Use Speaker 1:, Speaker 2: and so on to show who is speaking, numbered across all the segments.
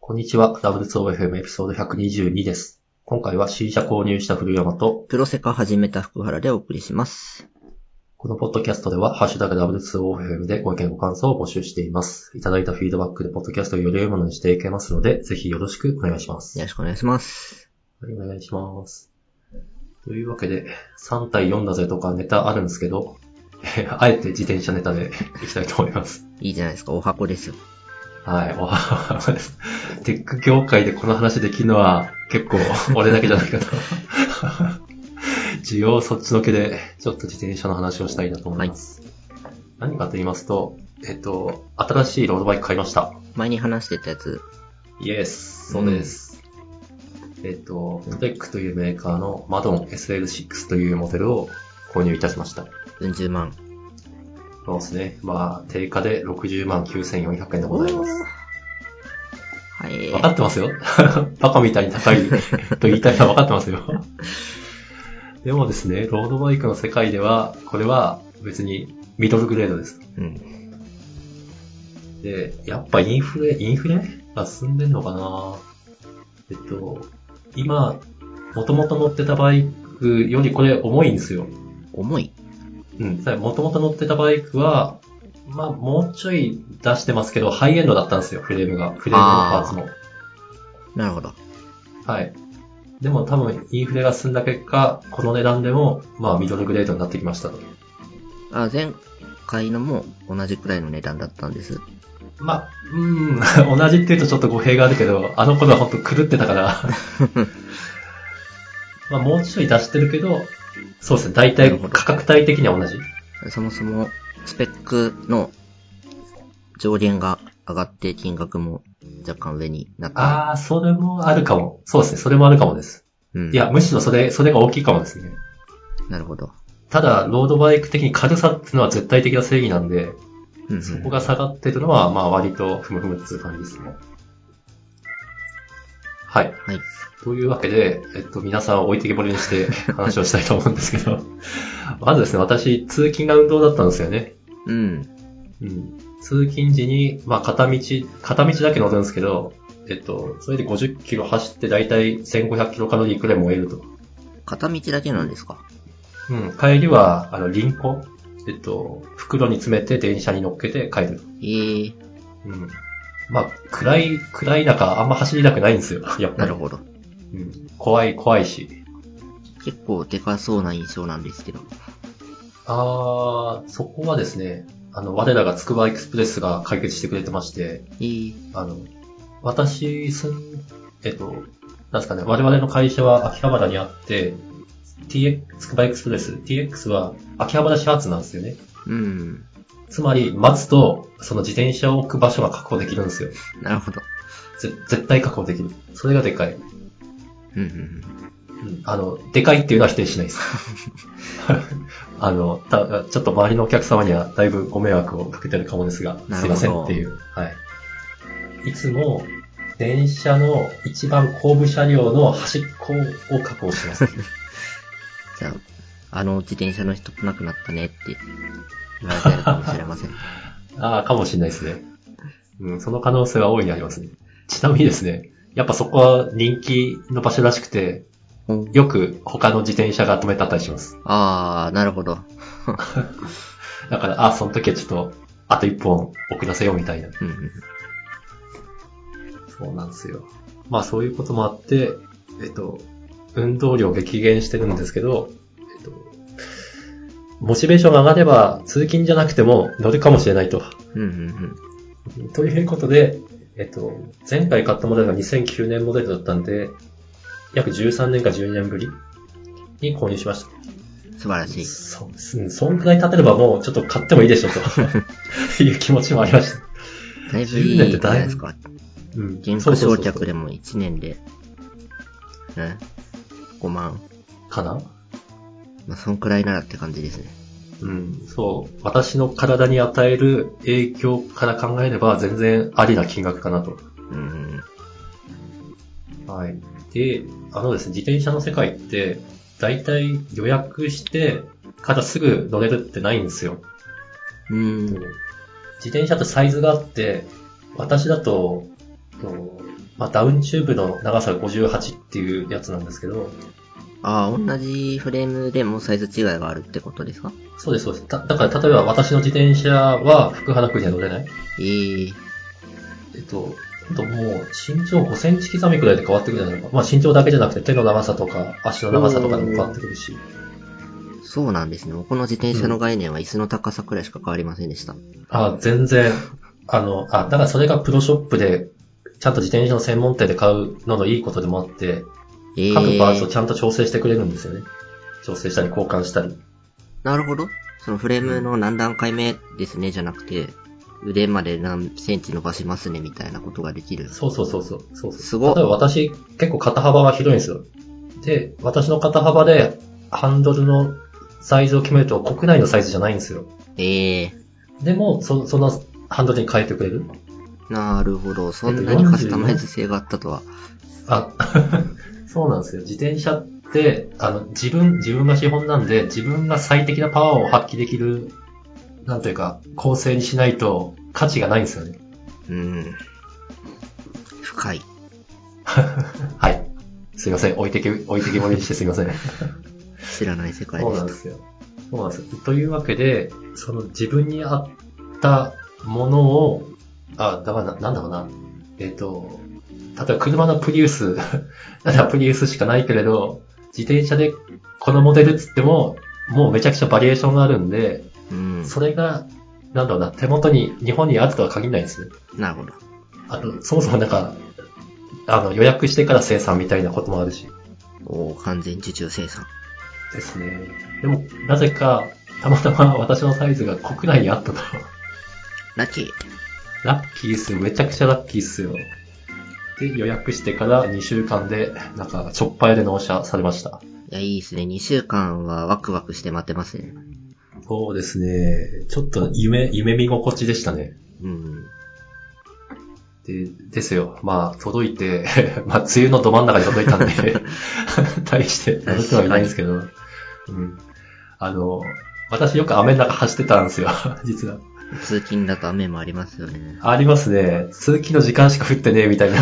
Speaker 1: こんにちは、WSOFM エピソード122です。今回は C 社購入した古山と、
Speaker 2: プロセカ始めた福原でお送りします。
Speaker 1: このポッドキャストでは、ハッシュタグ W2OFM でご意見ご感想を募集しています。いただいたフィードバックでポッドキャストをより良いものにしていけますので、ぜひよろしくお願いします。
Speaker 2: よろしくお願いします。
Speaker 1: はい、お願いします。というわけで、3対4だぜとかネタあるんですけど、 あえて自転車ネタでいきたいと思います。
Speaker 2: いいじゃないですか、お箱ですよ。
Speaker 1: はい、わあ テック業界でこの話できるのは結構俺だけじゃないかと。需要そっちのけで、ちょっと自転車の話をしたいなと思います。何かと言いますと、えっと、新しいロードバイク買いました。
Speaker 2: 前に話してたやつ、
Speaker 1: イエス、そうです。えっと、トテックというメーカーのマドン SL6 というモデルを購入いたしました。
Speaker 2: うん十万。
Speaker 1: そうですね。まあ、定価で60万9400円でございます。
Speaker 2: はい。
Speaker 1: 分かってますよ。 バカみたいに高いと言いたいのは分かってますよ。でもですね、ロードバイクの世界では、これは別にミドルグレードです。
Speaker 2: うん。
Speaker 1: で、やっぱインフレ、インフレが進んでんのかなえっと、今、もともと乗ってたバイクよりこれ重いんですよ。
Speaker 2: 重い。
Speaker 1: うん。もともと乗ってたバイクは、まあ、もうちょい出してますけど、ハイエンドだったんですよ、フレームが。フレームのパーツも。
Speaker 2: なるほど。
Speaker 1: はい。でも多分インフレが進んだ結果、この値段でも、まあミドルグレードになってきましたと。
Speaker 2: あ、前回のも同じくらいの値段だったんです。
Speaker 1: まあ、うーん、 同じって言うとちょっと語弊があるけど、あの頃は本当狂ってた から。まあもうちょい出してるけど、そうですね、大
Speaker 2: な
Speaker 1: 体
Speaker 2: るほど
Speaker 1: 価格帯的には同じ。
Speaker 2: そもそも、スペックの上限が上がって金額も若干上になった。
Speaker 1: ああ、それもあるかも。そうですね、それもあるかもです。
Speaker 2: うん。
Speaker 1: いや、むしろそれ、それが大きいかもですね。
Speaker 2: なるほど。
Speaker 1: ただ、ロードバイク的に軽さっていうのは絶対的な正義なんで、
Speaker 2: うんうん。
Speaker 1: そこが下がってるのは、まあ割とふむふむっていう感じですね。はい。
Speaker 2: はい。
Speaker 1: というわけで、えっと、皆さんを置いてけぼりにして話をしたいと思うんですけど、 まずですね、私、通勤が運動だったんですよね。
Speaker 2: うん。
Speaker 1: うん。通勤時に、まあ片道、片道だけ乗るんですけど、えっと、それで50キロ走ってだいたい1500キロカロリーくらい燃えると。
Speaker 2: 片道だけなんですか
Speaker 1: うん。帰りは、あの、リンコ、えっと、袋に詰めて電車に乗っけて帰る。
Speaker 2: ええ
Speaker 1: うん。まあ、暗い、暗い中、あんま走りたくないん ですよ、やっぱ
Speaker 2: な
Speaker 1: り
Speaker 2: る。ほど。
Speaker 1: うん、怖い、怖いし。
Speaker 2: 結構でかそうな印象なんですけど。
Speaker 1: あー、そこはですね、あの、我らがつくばエクスプレスが解決してくれてまして、
Speaker 2: ええ
Speaker 1: あの、私、すん、えっと、なんですかね、我々の会社は秋葉原にあって、TX、つくばエクスプレス、TX は秋葉原始発なんですよね。
Speaker 2: うん。
Speaker 1: つまり、待つと、その自転車を置く場所が確保できるんですよ。
Speaker 2: なるほど。
Speaker 1: ぜ絶対確保できる。それがでかい。
Speaker 2: うんうん
Speaker 1: うんあの、でかいっていうのは否定しない です。あの、た、ちょっと周りのお客様にはだいぶご迷惑をかけてるかもですが、
Speaker 2: な
Speaker 1: すい
Speaker 2: るほど
Speaker 1: ませんっていう。はい。いつも、電車の一番後部車両の端っこを確保してます。
Speaker 2: じゃあ、あの自転車の人来なくなったねって言われてるかもしれ ません。
Speaker 1: ああ、かもしれないですね。うん、その可能性は大いにありますね。ちなみにですね、やっぱそこは人気の場所らしくて、
Speaker 2: お
Speaker 1: よく他の自転車が止めたったりします。
Speaker 2: あー、なるほど。
Speaker 1: だから、あ、その時はちょっと、あと一本遅らせようみたいな。
Speaker 2: うんうん
Speaker 1: そうなんですよ。まあそういうこともあって、えっと、運動量激減してるんですけど、えっと、モチベーションが上がれば通勤じゃなくても乗るかもしれないと。
Speaker 2: うんうん
Speaker 1: ということで、えっと、前回買ったモデルが2009年モデルだったんで、約13年か12年ぶりに購入しました。
Speaker 2: うん。素晴らしい。
Speaker 1: そうですね。そんくらい経てればもうちょっと買ってもいいでしょ という気持ちもありました。
Speaker 2: だいぶいいじゃないですか。
Speaker 1: うん。
Speaker 2: 原
Speaker 1: そう
Speaker 2: 価
Speaker 1: そう
Speaker 2: 償
Speaker 1: そうそう
Speaker 2: 却でも1年で、ね、5万。
Speaker 1: かな
Speaker 2: まあ、そんくらいならって感じですね。
Speaker 1: うん、そう。私の体に与える影響から考えれば全然ありな金額かなと。
Speaker 2: うんうん
Speaker 1: はい。で、あのですね、自転車の世界って、だいたい予約してからすぐ乗れるってないんですよ。
Speaker 2: うん。う
Speaker 1: 自
Speaker 2: ーん。
Speaker 1: 転車ってサイズがあって、私だと、とまあ、ダウンチューブの長さが58っていうやつなんですけど、
Speaker 2: ああ、同じフレームでもサイズ違いがあるってことですか
Speaker 1: そうです、そうです。だだから、例えば私の自転車は福原区には乗れない
Speaker 2: ええ
Speaker 1: えっと、ほんともう身長5センチ刻みくらいで変わってくるじゃないか。まあ身長だけじゃなくて手の長さとか足の長さとかでも変わってくるし。
Speaker 2: そうなんですね。僕の自転車の概念は椅子の高さくらいしか変わりませんでした。
Speaker 1: あ、全然、あの、あ、だからそれがプロショップで、ちゃんと自転車の専門店で買うののいいことでもあって、
Speaker 2: ええ
Speaker 1: 各パーツをちゃんと調整してくれるんですよね。調整したり交換したり。
Speaker 2: なるほど。そのフレームの何段階目ですね、じゃなくて、腕まで何センチ伸ばしますね、みたいなことができる。
Speaker 1: そうそうそうそう。そうそう
Speaker 2: すごっ
Speaker 1: 例えば私、結構肩幅が広いんですよ。で、私の肩幅でハンドルのサイズを決めると国内のサイズじゃないんですよ。
Speaker 2: ええ
Speaker 1: でも、そそのハンドルに変えてくれる
Speaker 2: なるほど。そんなにカスタマイズ性があったとは。
Speaker 1: あ、 そうなんですよ。自転車って、あの、自分、自分が資本なんで、自分が最適なパワーを発揮できる、なんというか、構成にしないと価値がないんですよね。
Speaker 2: うん。深い。
Speaker 1: はい。すいません。置いてき、置いてきぼりにしてすいません。
Speaker 2: 知らない世界
Speaker 1: そ
Speaker 2: で
Speaker 1: うなん
Speaker 2: し
Speaker 1: ですよ。そうなんですよ。というわけで、その自分に合ったものを、あ、だからな、なんだろうな。えっ、と、例えば車のプリウス、 だからプリウスしかないけれど、自転車でこのモデルっつっても、もうめちゃくちゃバリエーションがあるんで、
Speaker 2: た。うん。
Speaker 1: それが、なんだろうな、手元に、日本にあるとは限らないですね。
Speaker 2: なるほど。
Speaker 1: あと、そもそもなんか、あの、予約してから生産みたいなこともあるし。
Speaker 2: おー完全受注生産。
Speaker 1: ですね。でも、なぜか、たまたま私のサイズが国内にあったと。
Speaker 2: ラッキー。
Speaker 1: ラッキーっすよ。めちゃくちゃラッキーっすよ。で、予約してから2週間で、なんか、ちょっぱいで納車されました。
Speaker 2: いや、いいですね。2週間はワクワクして待ってますね。
Speaker 1: そうですね。ちょっと夢、夢見心地でしたね。
Speaker 2: うん。
Speaker 1: で、ですよ。まあ、届いて、 まあ、梅雨のど真ん中に届いたん で、大して届いてはいないんですけど、うん。あの、私よく雨の中走ってたんですよ、 実は。
Speaker 2: 通勤だと雨もありますよね。
Speaker 1: ありますね。通勤の時間しか降ってねえみたいな。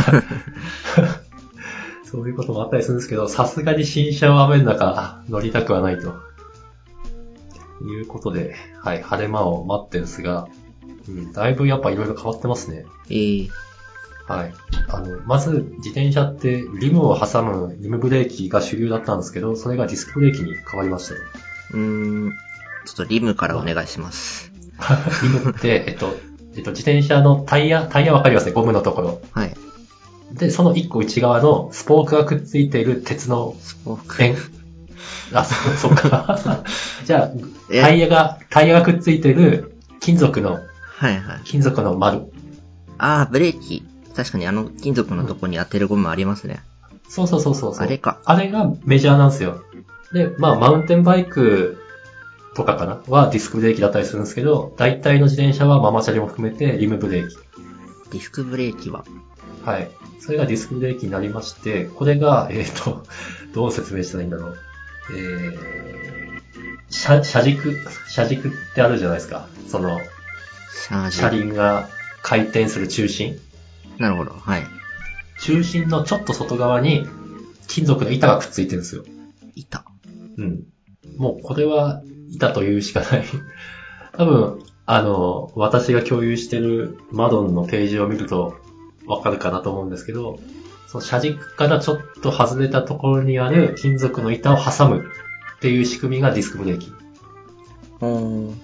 Speaker 1: そういうこともあったりするんですけど、さすがに新車は雨の中乗りたくはないと。いうことで、はい、晴れ間を待ってるんですが、うん、だいぶやっぱいろいろ変わってますね。
Speaker 2: ええ
Speaker 1: はい。あの、まず自転車ってリムを挟むリムブレーキが主流だったんですけど、それがディスクブレーキに変わりました。
Speaker 2: うーん。ちょっとリムからお願いします。
Speaker 1: リムって、えっと、えっと、自転車のタイヤ、タイヤわかりますね、ゴムのところ。
Speaker 2: はい。
Speaker 1: で、その一個内側のスポークがくっついている鉄の
Speaker 2: スポーク。
Speaker 1: 円。あ、そ、そっ か。じゃあ、
Speaker 2: え
Speaker 1: タイヤが、タイヤがくっついている金属の、
Speaker 2: はいはい。
Speaker 1: 金属の丸。
Speaker 2: ああ、ブレーキ。確かにあの金属のとこに当てるゴムありますね。
Speaker 1: そうそうそうそうそう。
Speaker 2: あれか。
Speaker 1: あれがメジャーなんですよ。で、まあ、マウンテンバイクとかかなはディスクブレーキだったりするんですけど、大体の自転車はママチャリも含めてリムブレーキ。
Speaker 2: ディスクブレーキは。
Speaker 1: はい。それがディスクブレーキになりまして、これが、えっ、と、 どう説明したらいいんだろう。えー、車、車軸、車軸ってあるじゃないですか。その、
Speaker 2: シャージ。
Speaker 1: 車輪が回転する中心。
Speaker 2: なるほど。はい。
Speaker 1: 中心のちょっと外側に金属の板がくっついてるんですよ。
Speaker 2: 板。
Speaker 1: うん。もうこれは板というしかない。 多分、あの、私が共有してるマドンのページを見るとわかるかなと思うんですけど、その車軸からちょっと外れたところにある金属の板を挟むっていう仕組みがディスクブレーキ。
Speaker 2: お
Speaker 1: う
Speaker 2: ー。
Speaker 1: ん、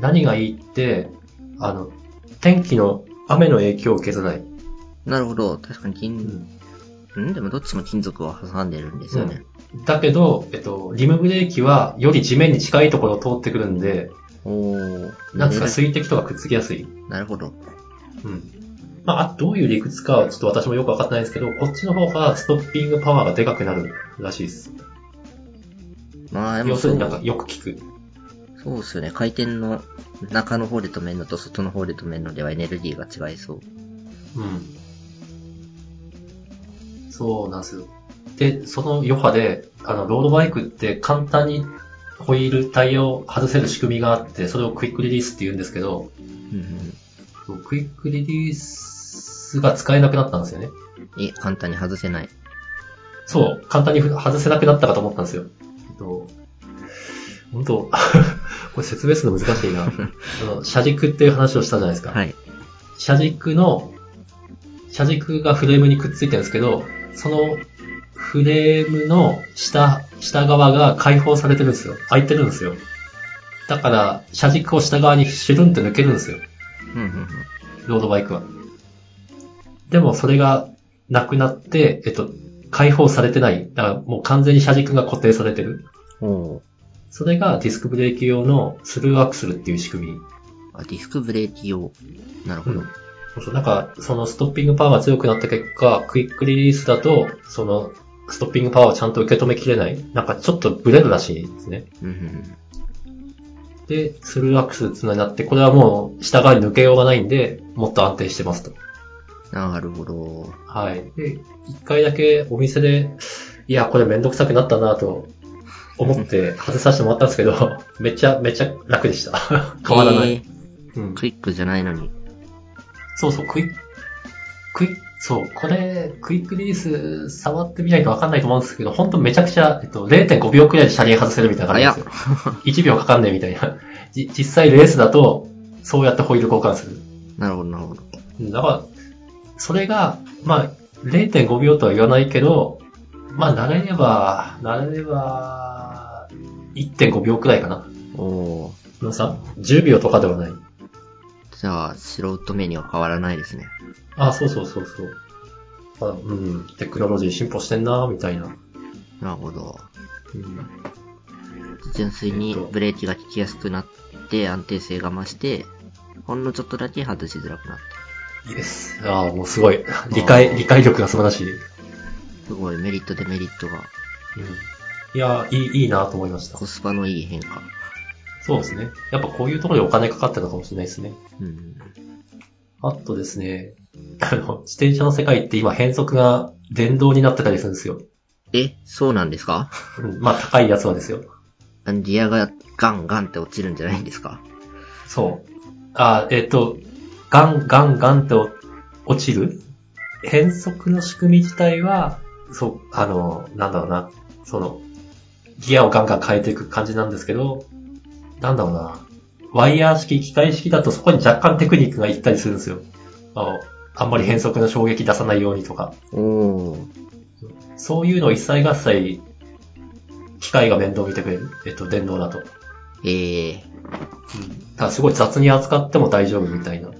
Speaker 1: 何がいいって、あの、天気の雨の影響を受けづらい。
Speaker 2: なるほど。確かに
Speaker 1: う
Speaker 2: 金、
Speaker 1: ん
Speaker 2: んでもどっちも金属を挟んでるんですよね。
Speaker 1: だけど、えっと、リムブレーキはより地面に近いところを通ってくるんで、
Speaker 2: おー。
Speaker 1: なんですか、
Speaker 2: なる
Speaker 1: 水滴とかくっつきやすい。
Speaker 2: なるほど。
Speaker 1: うん。まああ、どういう理屈かはちょっと私もよくわかってないんですけど、こっちの方がストッピングパワーがでかくなるらしいです。
Speaker 2: まあでも
Speaker 1: 要す
Speaker 2: そ
Speaker 1: るに
Speaker 2: う
Speaker 1: なんかよく聞く。
Speaker 2: そうっすよね。回転の中の方で止めるのと外の方で止めるのではエネルギーが違いそ
Speaker 1: う
Speaker 2: う。
Speaker 1: ん。そうなんですよ。で、その余波で、あの、ロードバイクって簡単にホイール、タイヤを外せる仕組みがあって、それをクイックリリースって言うんですけど、
Speaker 2: うんうん。
Speaker 1: クイックリリーススが使えなくなったんですよね。
Speaker 2: え、簡単に外せない。
Speaker 1: そう、簡単に外せなくなったかと思ったんですよ。えっと、本当 これ説明するの難しいな。あの、車軸っていう話をしたじゃないですか。
Speaker 2: はい。
Speaker 1: 車軸の、車軸がフレームにくっついてるんですけど、そのフレームの下、下側が解放されてるんですよ。開いてるんですよ。だから、車軸を下側にシュルンって抜けるんですよ。
Speaker 2: うんうん
Speaker 1: ロードバイクは。でもそれがなくなって、えっと、解放されてない。だからもう完全に車軸が固定されてる。
Speaker 2: うん。おー
Speaker 1: それがディスクブレーキ用のスルーアクスルっていう仕組み。
Speaker 2: あ、ディスクブレーキ用。なる
Speaker 1: う
Speaker 2: ほど。
Speaker 1: ん。そうそう。なんか、そのストッピングパワーが強くなった結果、クイックリリースだと、その、ストッピングパワーをちゃんと受け止めきれない。なんかちょっとブレるらしいんですね。
Speaker 2: うんうん
Speaker 1: で、スルーアクスルつなになって、これはもう下側に抜けようがないんで、もっと安定してますと。
Speaker 2: うん。なるほど。
Speaker 1: はい。で、一回だけお店で、いや、これめんどくさくなったなと思って外させてもらったんですけど、 めっちゃめっちゃ楽でした。 変わらない。
Speaker 2: えー
Speaker 1: うん、
Speaker 2: クイックじゃないのに。
Speaker 1: そうそう、クイック、クイック、そう、これ、クイックリリース触ってみないとわかんないと思うんですけど、ほんとめちゃくちゃ、えっと、0.5秒くらいで車輪外せるみたいな感じ
Speaker 2: 早
Speaker 1: な
Speaker 2: っ
Speaker 1: んですよ。1秒かかんねえみたいな。 じ実際レースだと、そうやってホイール交換する。
Speaker 2: なるほど、なるほど。
Speaker 1: うんだから、それが、まあ、0.5秒とは言わないけど、まあ、慣れれば、慣れれば、1.5秒くらいかな。
Speaker 2: おー
Speaker 1: のさ、10秒とかではない。
Speaker 2: じゃあ、素人目には変わらないですね。
Speaker 1: あ、そうそうそうそう。あうん、テクノロジー進歩してんな、みたいな。
Speaker 2: なるほど。
Speaker 1: うん、
Speaker 2: 純粋
Speaker 1: え
Speaker 2: に
Speaker 1: っと
Speaker 2: ブレーキが効きやすくなって、安定性が増して、ほんのちょっとだけ外しづらくなっ
Speaker 1: イエス。ああ、もうすごい。理解、理解力が素晴らしい。うん、
Speaker 2: た。すごいメリット、デメリットが、
Speaker 1: いや、いい、いいなと思いました
Speaker 2: コ。スパのいい変化。
Speaker 1: そうですね。やっぱこういうところでお金かかってたかもしれないですね。
Speaker 2: うん。
Speaker 1: あとですね、あの、自転車の世界って今変速が電動になってたりするんですよ。
Speaker 2: え、そうなんですか
Speaker 1: うん、まあ高いやつはですよ。
Speaker 2: あのギアがガンガンって落ちるんじゃないんですか
Speaker 1: そう。あ、えっ、と、ガンガンガンってお落ちる変速の仕組み自体は、そう、あの、なんだろうな、その、ギアをガンガン変えていく感じなんですけど、なんだろうな、ワイヤー式、機械式だとそこに若干テクニックがいったりするんですよ。あの、あんまり変速の衝撃出さないようにとか。
Speaker 2: おー。
Speaker 1: そういうのを一切合切、機械が面倒見てくれる。えっと、電動だと。うん。
Speaker 2: ええ
Speaker 1: ただすごい雑に扱っても大丈夫みたいな。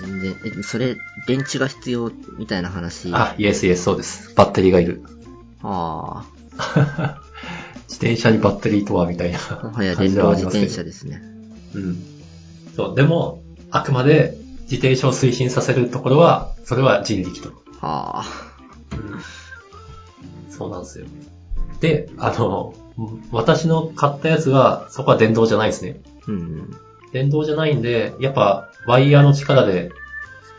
Speaker 2: 全然、え、それ、電池が必要みたいな話。は
Speaker 1: あ、イエスイエス、そうです。バッテリーがいる。
Speaker 2: あ
Speaker 1: 自転車にバッテリーとは、みたいな
Speaker 2: ー。もはや
Speaker 1: 感
Speaker 2: 電
Speaker 1: じでは
Speaker 2: 動
Speaker 1: あ
Speaker 2: 自
Speaker 1: りますけど
Speaker 2: 転車。ですね。
Speaker 1: うん。そう、でも、あくまで自転車を推進させるところは、それは人力と。
Speaker 2: はあ。
Speaker 1: そうなんですよ。で、あの、私の買ったやつは、そこは電動じゃないですね。
Speaker 2: うん。
Speaker 1: 電動じゃないんで、やっぱワイヤーの力で、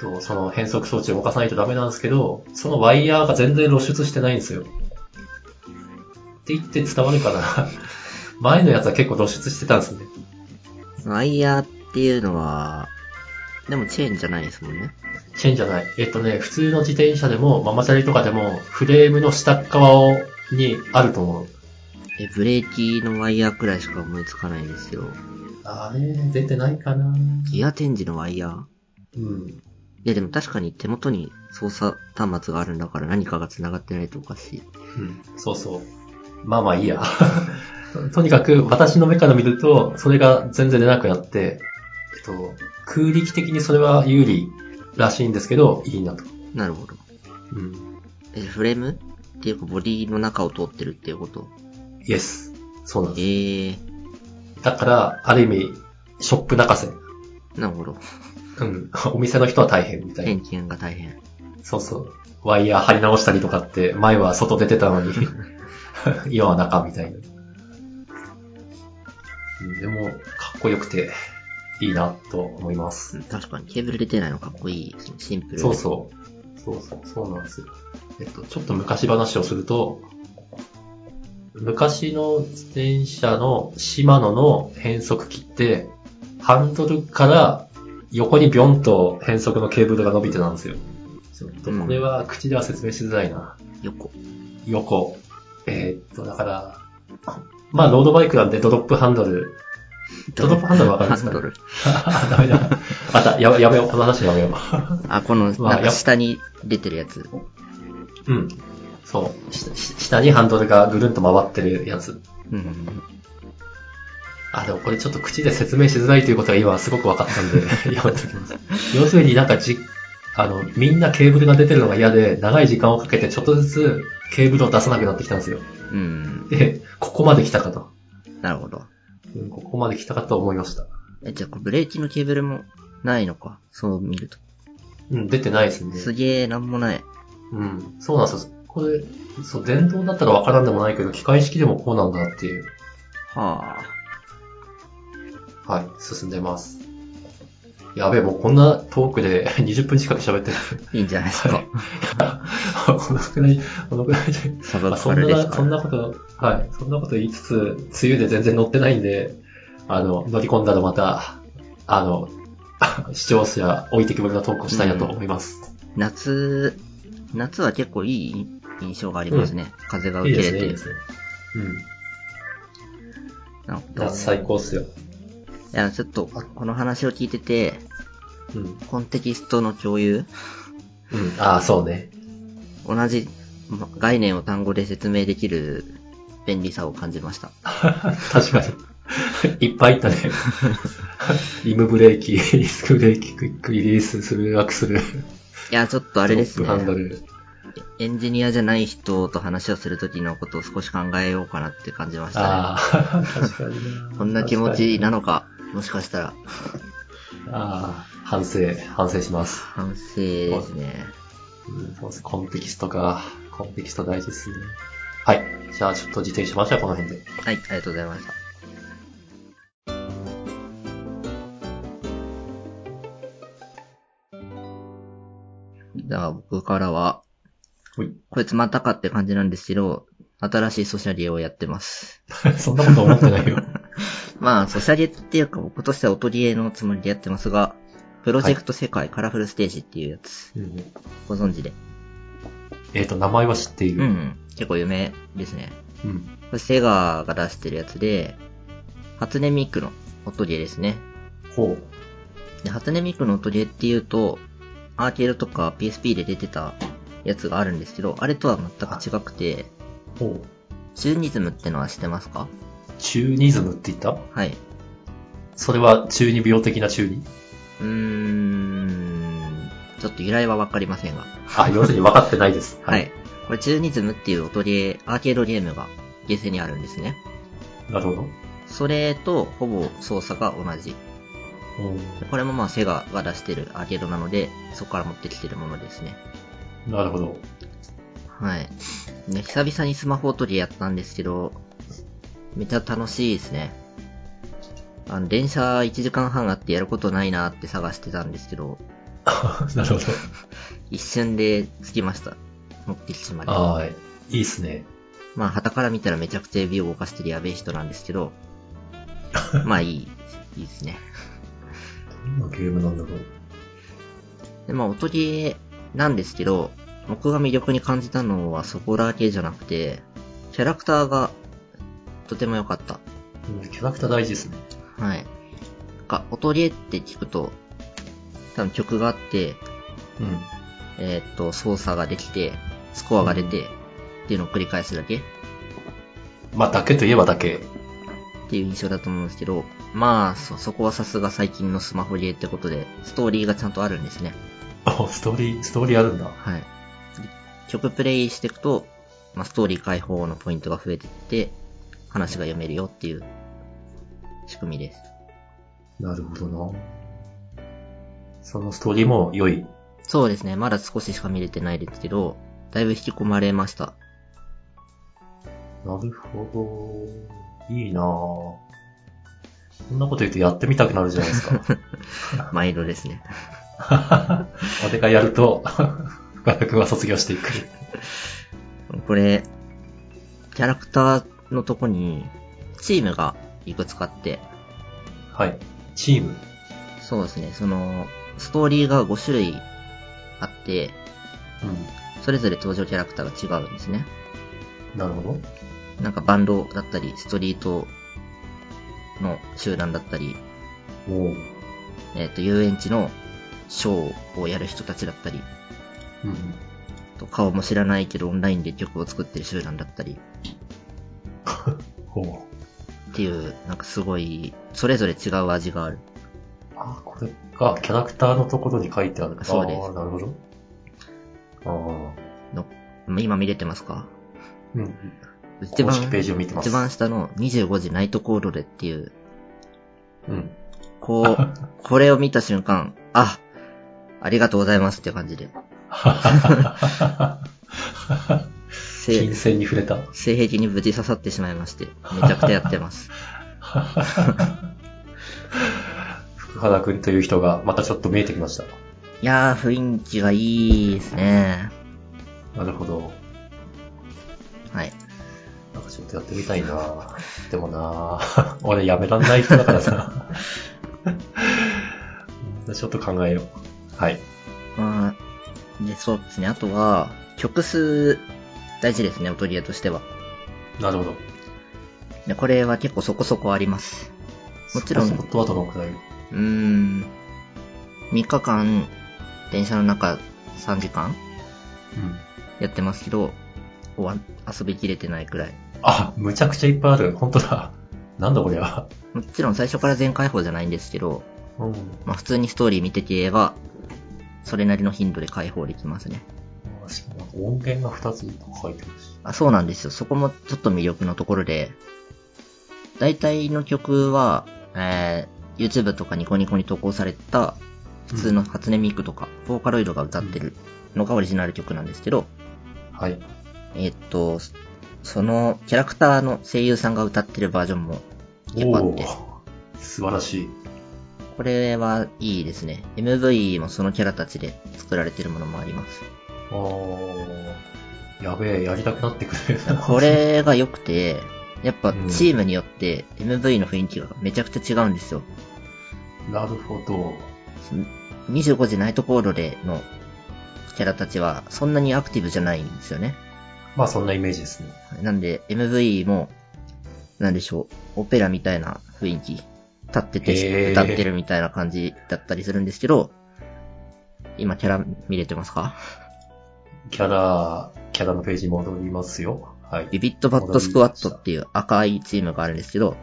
Speaker 1: えっとその変速装置を動かさないとダメなんですけど、そのワイヤーが全然露出してないんですよ。って言って伝わるかな 前のやつは結構露出してたんですね。
Speaker 2: ワイヤーっていうのは、でもチェーンじゃないですもんね。
Speaker 1: チェーンじゃない。えっとね、普通の自転車でも、ママチャリとかでも、フレームの下っ側をにあると思う。
Speaker 2: え、ブレーキのワイヤーくらいしか思いつかないですよ。
Speaker 1: あれ、出てないかな
Speaker 2: ギア展示のワイヤー
Speaker 1: うん。
Speaker 2: いやでも確かに手元に操作端末があるんだから何かが繋がってないとおかしい。
Speaker 1: うん、そうそう。まあまあいいや。 とにかく私の目から見ると、それが全然出なくなって、えっと、空力的にそれは有利らしいんですけど、いいなと。
Speaker 2: なるほど。
Speaker 1: うん。
Speaker 2: え、フレームっていうかボディの中を通ってるっていうこと。
Speaker 1: イエス。そうなん
Speaker 2: え
Speaker 1: で
Speaker 2: ー、
Speaker 1: す。だから、ある意味、ショップ泣かせ。
Speaker 2: なるほど。
Speaker 1: うん。 お店の人は大変みたいな。
Speaker 2: 点検が大変。
Speaker 1: そうそう。ワイヤー張り直したりとかって、前は外出てたのに、 今は中みたいな。うんでも、かっこよくて、いいなと思います。
Speaker 2: うん確かにケーブル出てないのかっこいいですね。シンプルで。
Speaker 1: そうそう。そうそう、そうなんですよ。えっと、ちょっと昔話をすると、昔の自転車のシマノの変速機って、ハンドルから横にビョンと変速のケーブルが伸びてたんですよ。ちょっと、
Speaker 2: うん
Speaker 1: これは口では説明しづらいな。
Speaker 2: 横。
Speaker 1: 横。えーっと、だから、まあ、ロードバイクなんでドロップハンドル。 ドロップハンドルわかります
Speaker 2: ハ
Speaker 1: かね
Speaker 2: ンドル。
Speaker 1: あダメだ。あった、ややめよう。この話やめよ
Speaker 2: あ、この、
Speaker 1: まあ
Speaker 2: なん
Speaker 1: や
Speaker 2: か
Speaker 1: っ
Speaker 2: 下に出てるやつ。
Speaker 1: う。うん。そう。しし下にハンドルがぐるんと回ってるやつ。
Speaker 2: うん。
Speaker 1: あ、でもこれちょっと口で説明しづらいということが今すごく分かったん で、やめときます。要するになんかじ、あの、みんなケーブルが出てるのが嫌で、長い時間をかけてちょっとずつケーブルを出さなくなってきたんですよ。
Speaker 2: うん。
Speaker 1: で、ここまで来たかと。
Speaker 2: なるほど。
Speaker 1: うんここまで来たかと思いました。
Speaker 2: え、じゃあこうブレーキのケーブルもないのか。そう見ると。
Speaker 1: うん、出てないですね。
Speaker 2: すげえ、なんもない。
Speaker 1: うん、そうなんですよ。これ、そう、電動だったらわからんでもないけど、機械式でもこうなんだっていう。
Speaker 2: はあ。
Speaker 1: はい、進んでます。やべえ、もうこんなトークで 20分近く喋ってる。
Speaker 2: いいんじゃないですか。
Speaker 1: はいこのくらい、このくらいで。
Speaker 2: サブ
Speaker 1: まあ、そ
Speaker 2: カ
Speaker 1: ん
Speaker 2: ルです
Speaker 1: な、
Speaker 2: か
Speaker 1: そ
Speaker 2: ら。
Speaker 1: んなこと、はい、そんなこと言いつつ、梅雨で全然乗ってないんで、あの、乗り込んだらまた、あの、 視聴者置いてきぼりのトークをしたいなと思います。
Speaker 2: 夏、夏は結構いい印象がありますね。風が
Speaker 1: いい
Speaker 2: 受
Speaker 1: ですね、い
Speaker 2: けれ
Speaker 1: い
Speaker 2: て。
Speaker 1: ですね。
Speaker 2: なんか
Speaker 1: うん。夏最高っすよ。
Speaker 2: いや、ちょっと、この話を聞いてて、
Speaker 1: うん。
Speaker 2: コンテキストの共有
Speaker 1: うん。ああ、そうね。
Speaker 2: 同じま概念を単語で説明できる便利さを感じました。
Speaker 1: 確かに。いっぱいいったね。リムブレーキ、リスクブレーキ、クイックリリースする、アクスル、
Speaker 2: いや、ちょっとあれです
Speaker 1: ドロップハンド
Speaker 2: ね。
Speaker 1: ル。
Speaker 2: エンジニアじゃない人と話をするときのことを少し考えようかなって感じましたね。
Speaker 1: ああ、確かにな
Speaker 2: こんな気持ちなのか、もしかしたら、
Speaker 1: ああ、反省、反省します。
Speaker 2: 反省ですね。
Speaker 1: うん、そうです。コンテキストか。コンテキスト大事ですね。はい。じゃあ、ちょっと自転車ましょう、この辺で。
Speaker 2: はい、ありがとうございました。では僕からは、
Speaker 1: ほい。
Speaker 2: これつまったかって感じなんですけど、新しいソシャゲをやってます。
Speaker 1: そんなこと思ってないよ。
Speaker 2: まあ、ソシャゲっていうか僕としては音ゲーのつもりでやってますが、プロジェクト世界カラフルステージっていうやつ、
Speaker 1: うん、
Speaker 2: ご存知で。
Speaker 1: えっ、と、名前は知っていうる。
Speaker 2: ん、結構有名ですね。
Speaker 1: うん。
Speaker 2: これセガが出してるやつで、初音ミクの音ゲーですね。
Speaker 1: ほ
Speaker 2: で、初音ミクの音ゲーっていうと、アーケードとか PSP で出てたやつがあるんですけど、あれとは全く違くて、
Speaker 1: う。ほう。
Speaker 2: チューニズムってのは知ってますか
Speaker 1: 中ニズムって言った
Speaker 2: はい。
Speaker 1: それは中二病的な中二
Speaker 2: うーん、ちょっと由来はわかりませんが。
Speaker 1: あ、要するに分かってないです。
Speaker 2: は。い。これチューニズムっていう音ゲー、アーケードゲームがゲーセンにあるんですね。
Speaker 1: なるほど。
Speaker 2: それとほぼ操作が同じ。
Speaker 1: う
Speaker 2: これもまあセガが出してるアーケードなので、そこから持ってきてるものですね。
Speaker 1: ん。なるほど。
Speaker 2: はい。ね、久々にスマホ音ゲーやったんですけど、めっちゃ楽しいですね。あの、電車1時間半あってやることないなって探してたんですけど、
Speaker 1: なるほ
Speaker 2: 一瞬で着きました。目的地まで
Speaker 1: ど。。ああ、いいっすね。
Speaker 2: まあ、旗から見たらめちゃくちゃ指を動かしてるやべえ人なんですけど、まあいい、いいですね。
Speaker 1: どんなゲームなんだろう。
Speaker 2: で、まあ、音ゲーなんですけど、僕が魅力に感じたのはそこだけじゃなくて、キャラクターがとても良かった。
Speaker 1: うんキャラクター大事ですね。
Speaker 2: はい。なんか、音ゲーって聞くと、多分曲があって、
Speaker 1: うん。
Speaker 2: えーっと、操作ができて、スコアが出て、っていうのを繰り返すだけ
Speaker 1: まあ、だけといえばだけ。
Speaker 2: っていう印象だと思うんですけど、まあ、そ、そこはさすが最近のスマホゲーってことで、ストーリーがちゃんとあるんですね。
Speaker 1: あ、ストーリー、ストーリーあるんだ。
Speaker 2: はい。で曲プレイしていくと、まあ、ストーリー解放のポイントが増えてって、話が読めるよっていう仕組みです。
Speaker 1: なるほどな。そのストーリーも良い。
Speaker 2: そうですね、まだ少ししか見れてないですけど、だいぶ引き込まれました。
Speaker 1: なるほど。いいなぁ。こんなこと言うとやってみたくなるじゃないです か。
Speaker 2: 毎度ですね。
Speaker 1: 俺がやると、 深田君は卒業していく。
Speaker 2: これ、キャラクターのとこに、チームがいくつかあって、
Speaker 1: はい。チーム。
Speaker 2: そうですね、その、ストーリーが5種類あって、
Speaker 1: う
Speaker 2: それぞれ登場キャラクターが違うんですね。
Speaker 1: ん。なるほど。
Speaker 2: なんかバンドだったり、ストリートの集団だったり、
Speaker 1: おう。
Speaker 2: えっ、と、遊園地のショーをやる人たちだったり、
Speaker 1: うん。
Speaker 2: と顔も知らないけどオンラインで曲を作ってる集団だったり、
Speaker 1: ほう。
Speaker 2: っていう、なんかすごい、それぞれ違う味がある。
Speaker 1: あ、これがキャラクターのところに書いてある。
Speaker 2: そうです
Speaker 1: あーなるほど。ああ。
Speaker 2: の今見れてますか
Speaker 1: うん。公
Speaker 2: 一番
Speaker 1: 式、ページを見てます。
Speaker 2: 一番下の25時ナイトコードでっていう、
Speaker 1: うん。
Speaker 2: こ う、これを見た瞬間、あ、ありがとうございますっていう感じで、せ
Speaker 1: 金銭に触れた。
Speaker 2: 性癖にぶち刺さってしまいまして、めちゃくちゃやっ てます。
Speaker 1: 福原くんという人がまたちょっと見えてきました。
Speaker 2: いやー、雰囲気がいいですね。
Speaker 1: なるほど。
Speaker 2: はい。
Speaker 1: なんかちょっとやってみたいなでもな 俺やめらんない人だからさ。 ちょっと考えよう。はい。
Speaker 2: まあ、で、そうですね。あとは、曲数、大事ですね、音ゲーとしては。
Speaker 1: なるほど。
Speaker 2: で、これは結構そこそこあります。もちろん
Speaker 1: スポットはどのくらいう
Speaker 2: ーん。3日間、電車の中3時間
Speaker 1: うん。
Speaker 2: やってますけど、終わ遊びきれてないくらい。
Speaker 1: あ、むちゃくちゃいっぱいある。本当だ。なんだこれは。
Speaker 2: もちろん最初から全開放じゃないんですけど、
Speaker 1: うん。
Speaker 2: まあ普通にストーリー見てければ、それなりの頻度で開放できますね。
Speaker 1: しかもなんか音源が2つ入ってるし。
Speaker 2: あ、そうなんですよ。そこもちょっと魅力のところで、大体の曲は、えー、YouTube とかニコニコに投稿された、普通の初音ミクとか、ボーカロイドが歌ってるのがオリジナル曲なんですけど、
Speaker 1: はい。
Speaker 2: えーっと、そそのキャラクターの声優さんが歌ってるバージョンも結構あって、
Speaker 1: ー素晴らしい。
Speaker 2: これはいいですね。MV もそのキャラたちで作られてるものもあります。
Speaker 1: あー。やべえ、やりたくなってくる。
Speaker 2: これが良くて、やっぱチームによって MV の雰囲気がめちゃくちゃ違うんですよ。
Speaker 1: なるほど。
Speaker 2: 25時ナイトコードでのキャラたちはそんなにアクティブじゃないんですよね。
Speaker 1: まあそんなイメージですね。
Speaker 2: なんで MV も、なんでしょう、オペラみたいな雰囲気、立って
Speaker 1: へ
Speaker 2: て
Speaker 1: ー
Speaker 2: 歌ってるみたいな感じだったりするんですけど、今キャラ見れてますか
Speaker 1: キャラ、キャラのページに戻りますよ。はい。
Speaker 2: ビビットバットスクワットっていう赤いチームがあるんですけど、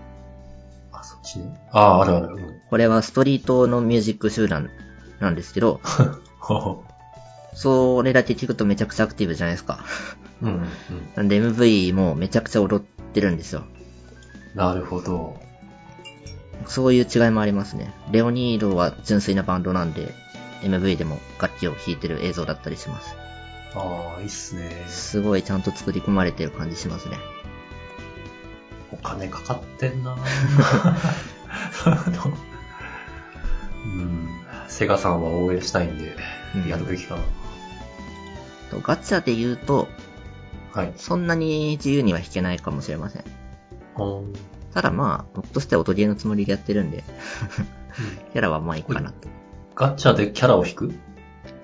Speaker 1: あ、そっちね。ああ、あるある。うん
Speaker 2: これはストリートのミュージック集団なんですけど、
Speaker 1: ほほ。
Speaker 2: それだけ聞くとめちゃくちゃアクティブじゃないですか。
Speaker 1: うん、うん。
Speaker 2: なんで MV もめちゃくちゃ踊ってるんですよ。
Speaker 1: なるほど。
Speaker 2: そういう違いもありますね。レオニードは純粋なバンドなんで、MV でも楽器を弾いてる映像だったりします。
Speaker 1: ああ、いいっすね。
Speaker 2: すごいちゃんと作り込まれてる感じしますね。
Speaker 1: お金かかってん な ぁうん。セガさんは応援したいんで
Speaker 2: うん、
Speaker 1: やるべきかな。
Speaker 2: とガチャで言うと、
Speaker 1: はい。
Speaker 2: そんなに自由には弾けないかもしれません。
Speaker 1: ほーん。
Speaker 2: ただまあ、僕としては音ゲーのつもりでやってるんで、キャラはまあいいかなと。
Speaker 1: ガチャでキャラを引く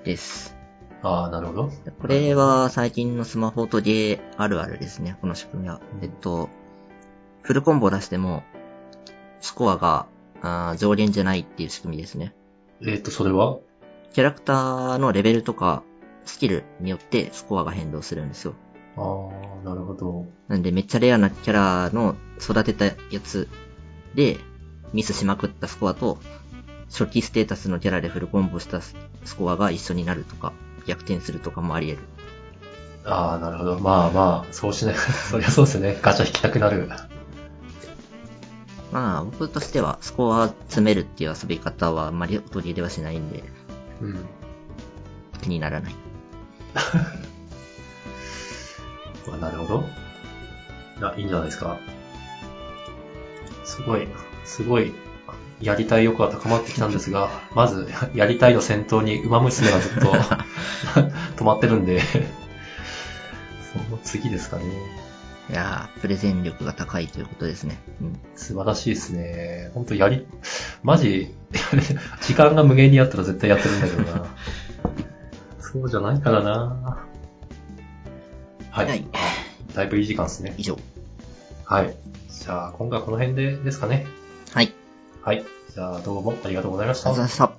Speaker 2: です。
Speaker 1: ああ、なるほど。
Speaker 2: これは最近のスマホ音ゲーあるあるですね、この仕組みは。
Speaker 1: うん
Speaker 2: えっと、フルコンボ出しても、スコアが、あー上限じゃないっていう仕組みですね。
Speaker 1: えっ、と、それは
Speaker 2: キャラクターのレベルとか、スキルによってスコアが変動するんですよ。
Speaker 1: ああ、なるほど。
Speaker 2: なんでめっちゃレアなキャラの育てたやつで、ミスしまくったスコアと、初期ステータスのキャラでフルコンボしたススコアが一緒になるとか、逆転するとかもあり得る。
Speaker 1: ああ、なるほど。まあまあ、そうしない。 そりゃそうですね。ガチャ引きたくなる。
Speaker 2: まあ、僕としてはスコア詰めるっていう遊び方はあんまり取り入れはしないんで、
Speaker 1: うん。
Speaker 2: 気にならない。
Speaker 1: まあ、なるほど。あ、いいんじゃないですか。すごい、すごい、やりたい欲が高まってきたんです が、まず、やりたいの先頭に馬娘がずっと 止まってるんで、その次ですかね。
Speaker 2: いやープレゼン力が高いということですね。うん。
Speaker 1: 素晴らしいですね。本当やり、マジ、 時間が無限にあったら絶対やってるんだけどな。そうじゃないからな。はい。
Speaker 2: はい。
Speaker 1: だいぶいい時間ですね。
Speaker 2: 以上。
Speaker 1: はい。じゃあ、今回はこの辺でですかね。
Speaker 2: はい。ありがとう
Speaker 1: はい。じゃあ、どうもありがとうございまし
Speaker 2: ご
Speaker 1: た
Speaker 2: ざい。ました。